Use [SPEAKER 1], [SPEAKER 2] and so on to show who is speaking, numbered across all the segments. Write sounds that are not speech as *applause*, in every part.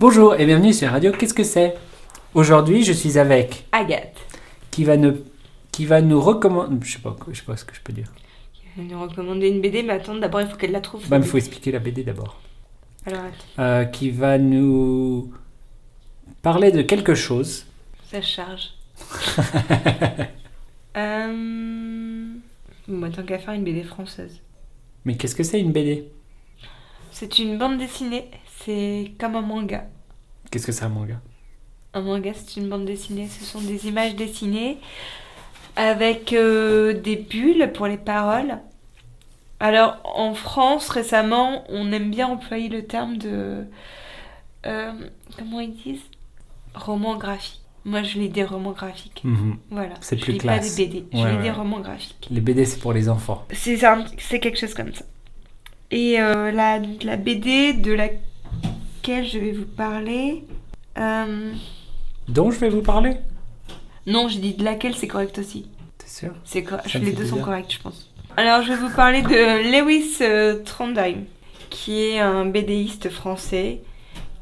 [SPEAKER 1] Bonjour et bienvenue sur Radio Qu'est-ce que c'est Aujourd'hui, je suis avec
[SPEAKER 2] Agathe.
[SPEAKER 1] qui va, ne... qui va nous recommander. Je sais pas, je sais pas ce que je peux dire.
[SPEAKER 2] Elle nous recommandait une BD, mais attends, d'abord il faut qu'elle la trouve.
[SPEAKER 1] Bah, il faut expliquer la BD d'abord.
[SPEAKER 2] Alors attends,
[SPEAKER 1] Euh, qui va nous parler de quelque chose.
[SPEAKER 2] ça charge. euh... Bon, bah, tant qu'à faire une BD française.
[SPEAKER 1] Mais qu'est-ce que c'est une BD
[SPEAKER 2] C'est une bande dessinée, c'est comme un manga.
[SPEAKER 1] Qu'est-ce que c'est un manga
[SPEAKER 2] Un manga, c'est une bande dessinée, ce sont des images dessinées avec euh, des bulles pour les paroles. Alors, en France, récemment, on aime bien employer le terme de. euh, comment ils disent Roman graphique. Moi, je lis des romans graphiques.
[SPEAKER 1] Mhm.
[SPEAKER 2] Voilà.
[SPEAKER 1] C'est
[SPEAKER 2] je
[SPEAKER 1] plus
[SPEAKER 2] lis
[SPEAKER 1] classe.
[SPEAKER 2] pas des BD, je
[SPEAKER 1] Ouais,
[SPEAKER 2] lis
[SPEAKER 1] ouais.
[SPEAKER 2] des romans graphiques.
[SPEAKER 1] Les BD, c'est pour les enfants.
[SPEAKER 2] C'est ça, c'est quelque chose comme ça. Et euh, la, la BD de laquelle je vais vous parler. euh,
[SPEAKER 1] Dont je vais vous parler
[SPEAKER 2] Non, j'ai dit de laquelle, c'est correct aussi.
[SPEAKER 1] T'es sûr
[SPEAKER 2] C'est cor-
[SPEAKER 1] Ça me
[SPEAKER 2] Les
[SPEAKER 1] fait
[SPEAKER 2] deux sont
[SPEAKER 1] plaisir.
[SPEAKER 2] corrects, je pense. Alors, je vais vous parler de Lewis euh, Trondheim, qui est un BDiste français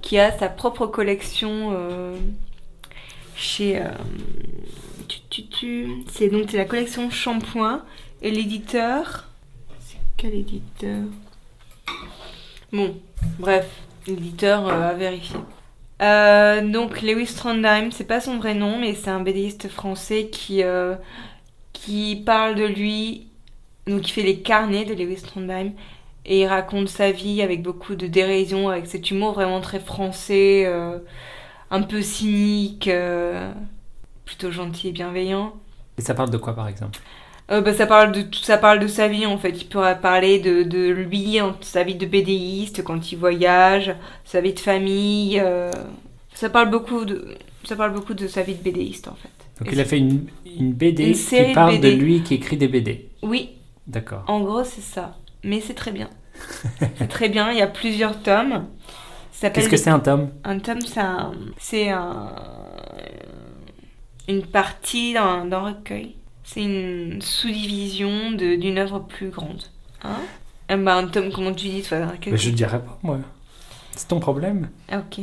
[SPEAKER 2] qui a sa propre collection euh, chez. euh, tu- tu- tu- C'est donc c'est la collection Shampoing et l'éditeur. C'est quel éditeur Bon, bref, l'éditeur euh, à vérifier. Euh, donc Lewis Trondheim, c'est pas son vrai nom, mais c'est un BDiste français qui euh, qui parle de lui, donc il fait les carnets de Lewis Trondheim et il raconte sa vie avec beaucoup de dérision, avec cet humour vraiment très français, euh, un peu cynique, euh, plutôt gentil et bienveillant.
[SPEAKER 1] Et ça parle de quoi par exemple
[SPEAKER 2] Euh, bah, ça parle de tout, ça parle de sa vie en fait. Il pourrait parler de, de lui, en- sa vie de BDiste quand il voyage, sa vie de famille. euh, ça parle beaucoup de, ça parle beaucoup de sa vie de BDiste en fait.
[SPEAKER 1] Donc
[SPEAKER 2] Et
[SPEAKER 1] il a fait une, une BD
[SPEAKER 2] Une série
[SPEAKER 1] qui
[SPEAKER 2] de
[SPEAKER 1] parle de,
[SPEAKER 2] BD.
[SPEAKER 1] lui qui écrit des BD.
[SPEAKER 2] Oui,
[SPEAKER 1] D'accord.
[SPEAKER 2] en gros c'est ça. Mais c'est très bien. c'est très bien. Il y a plusieurs tomes. Ça s'appelle-
[SPEAKER 1] Qu'est-ce que c'est un tome
[SPEAKER 2] Un tome, c'est un, c'est un, une partie d'un d'un recueil. C'est une sous-division de- d'une œuvre plus grande. Hein Eh ben, un tome, comment tu dis toi
[SPEAKER 1] Bah, Je dirais pas moi. C'est ton problème.
[SPEAKER 2] Ah, ok.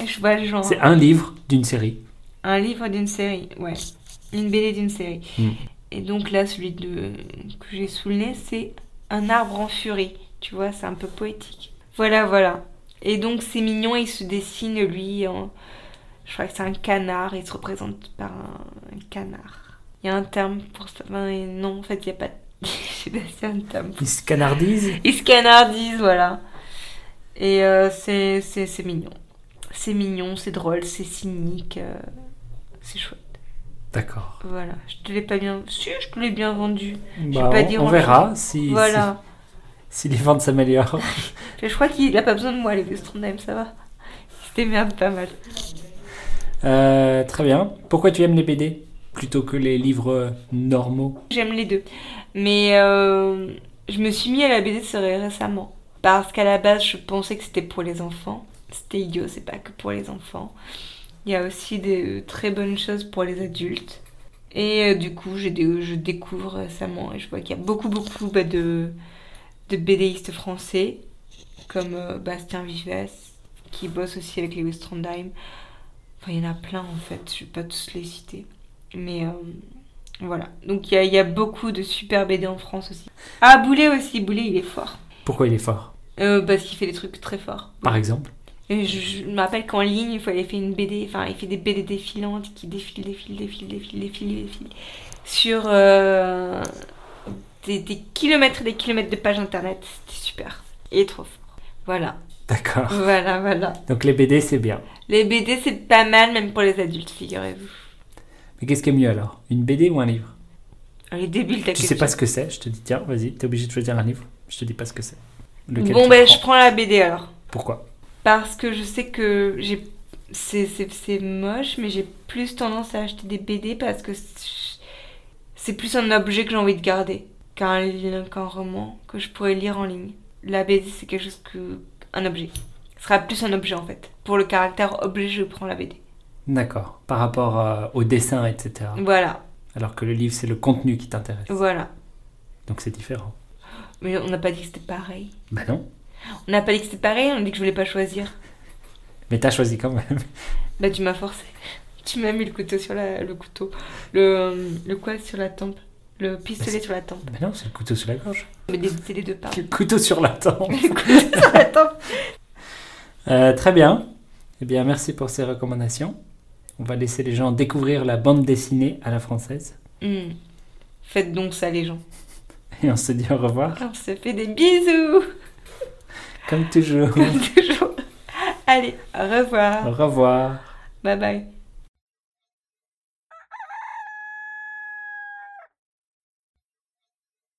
[SPEAKER 2] Eh, Je vois le genre.
[SPEAKER 1] C'est un livre d'une série.
[SPEAKER 2] Un livre d'une série, ouais. Une BD d'une série.
[SPEAKER 1] Mm.
[SPEAKER 2] Et donc là, celui de... que j'ai sous le nez, c'est Un arbre en furie. Tu vois, c'est un peu poétique. Voilà, voilà. Et donc, c'est mignon, il se dessine, lui, en... Je crois que c'est un canard, il se représente par un, un canard. Il y a un terme pour ça. Ben, et non, en fait, il n'y a pas... de- *laughs* Je sais pas si c'est un terme.
[SPEAKER 1] Ils se canardisent.
[SPEAKER 2] Ils se canardisent, voilà. Et euh, c'est c'est- c'est mignon. C'est mignon, c'est drôle, c'est cynique, euh, c'est chouette.
[SPEAKER 1] D'accord.
[SPEAKER 2] Voilà, je te l'ai pas bien. Si, je te l'ai bien vendu.
[SPEAKER 1] Bah,
[SPEAKER 2] pas
[SPEAKER 1] on-
[SPEAKER 2] dire
[SPEAKER 1] on,
[SPEAKER 2] en-
[SPEAKER 1] verra si,
[SPEAKER 2] voilà.
[SPEAKER 1] si, si les ventes s'améliorent.
[SPEAKER 2] Je crois qu'il a pas besoin de moi, les Strondheim, ça va. Il se démerde pas mal.
[SPEAKER 1] Euh, très bien. Pourquoi tu aimes les BD plutôt que les livres euh, normaux
[SPEAKER 2] J'aime les deux. Mais euh, je me suis mis à la BD sur- récemment. Parce qu'à la base, je pensais que c'était pour les enfants. C'était idiot, c'est pas que pour les enfants. Il y a aussi des euh, très bonnes choses pour les adultes. Et euh, du coup, j'ai des- je découvre récemment et je vois qu'il y a beaucoup, beaucoup bah, de, de BDistes français, comme euh, Bastien Vives, qui bosse aussi avec Lewis Trondheim. Enfin, il y en a plein en fait, je vais pas tous les citer. Mais euh, voilà. Donc il y, a- il y a beaucoup de super BD en France aussi. Ah, Boulet aussi. Boulet, il est fort.
[SPEAKER 1] Pourquoi il est fort
[SPEAKER 2] Euh, parce qu'il fait des trucs très forts.
[SPEAKER 1] Par exemple
[SPEAKER 2] Et je, je me rappelle qu'en ligne, il fallait faire une BD. Enfin, il fait des BD défilantes qui défilent, défilent, défilent, défilent, défilent, défilent. Sur euh, des, des kilomètres et des kilomètres de pages internet. C'était super. Il est trop fort. Voilà.
[SPEAKER 1] D'accord.
[SPEAKER 2] Voilà, voilà.
[SPEAKER 1] Donc les BD, c'est bien.
[SPEAKER 2] Les BD, c'est pas mal, même pour les adultes, figurez-vous.
[SPEAKER 1] Mais qu'est-ce qui est mieux alors Une BD ou un livre
[SPEAKER 2] Les débiles, ta
[SPEAKER 1] Tu sais pas ce que c'est, je te dis tiens, vas-y, t'es obligé de choisir un livre. Je te dis pas ce que c'est. Lequel
[SPEAKER 2] Bon,
[SPEAKER 1] tu
[SPEAKER 2] ben,
[SPEAKER 1] prends
[SPEAKER 2] je prends la BD alors.
[SPEAKER 1] Pourquoi
[SPEAKER 2] Parce que je sais que j'ai. C'est, c'est, c'est moche, mais j'ai plus tendance à acheter des BD parce que c'est- c'est plus un objet que j'ai envie de garder qu'un, li- qu'un roman que je pourrais lire en ligne. La BD, c'est quelque chose que. un objet. Ce sera plus un objet en fait. Pour le caractère objet, je prends la BD.
[SPEAKER 1] D'accord. Par rapport euh, au dessin, etc.
[SPEAKER 2] Voilà,
[SPEAKER 1] Alors que le livre, c'est le contenu qui t'intéresse.
[SPEAKER 2] voilà.
[SPEAKER 1] Donc c'est différent.
[SPEAKER 2] Mais on n'a pas dit que c'était pareil.
[SPEAKER 1] Bah non.
[SPEAKER 2] On n'a pas dit que c'était pareil, on a dit que je voulais pas choisir.
[SPEAKER 1] Mais t'as choisi quand même.
[SPEAKER 2] Bah, tu m'as forcé. *laughs* Tu m'as mis le couteau sur la. Le couteau. Le, le quoi sur la tempe Le pistolet sur la tempe.
[SPEAKER 1] Mais Bah non, c'est le couteau sur la gorge.
[SPEAKER 2] Mais des- c'est les
[SPEAKER 1] *laughs*
[SPEAKER 2] deux parts. *laughs*
[SPEAKER 1] Le couteau sur la tempe.
[SPEAKER 2] Le couteau sur la tempe.
[SPEAKER 1] Euh, très bien. Eh bien, merci pour ces recommandations. On va laisser les gens découvrir la bande dessinée à la française.
[SPEAKER 2] Hmm. Faites donc ça, les gens.
[SPEAKER 1] Et on se dit au revoir,
[SPEAKER 2] On se fait des bisous
[SPEAKER 1] comme toujours.
[SPEAKER 2] *laughs* Comme toujours. Allez, au revoir.
[SPEAKER 1] au revoir.
[SPEAKER 2] Bye bye.